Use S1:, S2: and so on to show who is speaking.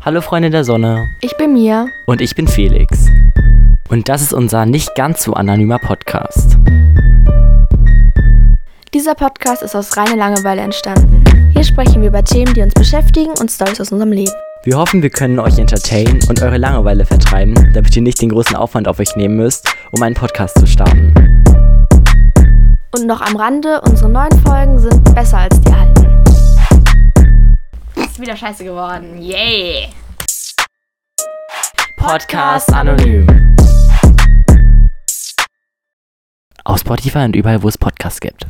S1: Hallo Freunde der Sonne.
S2: Ich bin Mia.
S1: Und ich bin Felix. Und das ist unser nicht ganz so anonymer Podcast.
S2: Dieser Podcast ist aus reiner Langeweile entstanden.
S3: Hier sprechen wir über Themen, die uns beschäftigen und Stories aus unserem Leben.
S1: Wir hoffen, wir können euch entertainen und eure Langeweile vertreiben, damit ihr nicht den großen Aufwand auf euch nehmen müsst, um einen Podcast zu starten.
S2: Und noch am Rande, unsere neuen Folgen sind besser als die alten.
S3: Ist wieder scheiße geworden. Yay!
S1: Podcast anonym. Auf Spotify und überall, wo es Podcasts gibt.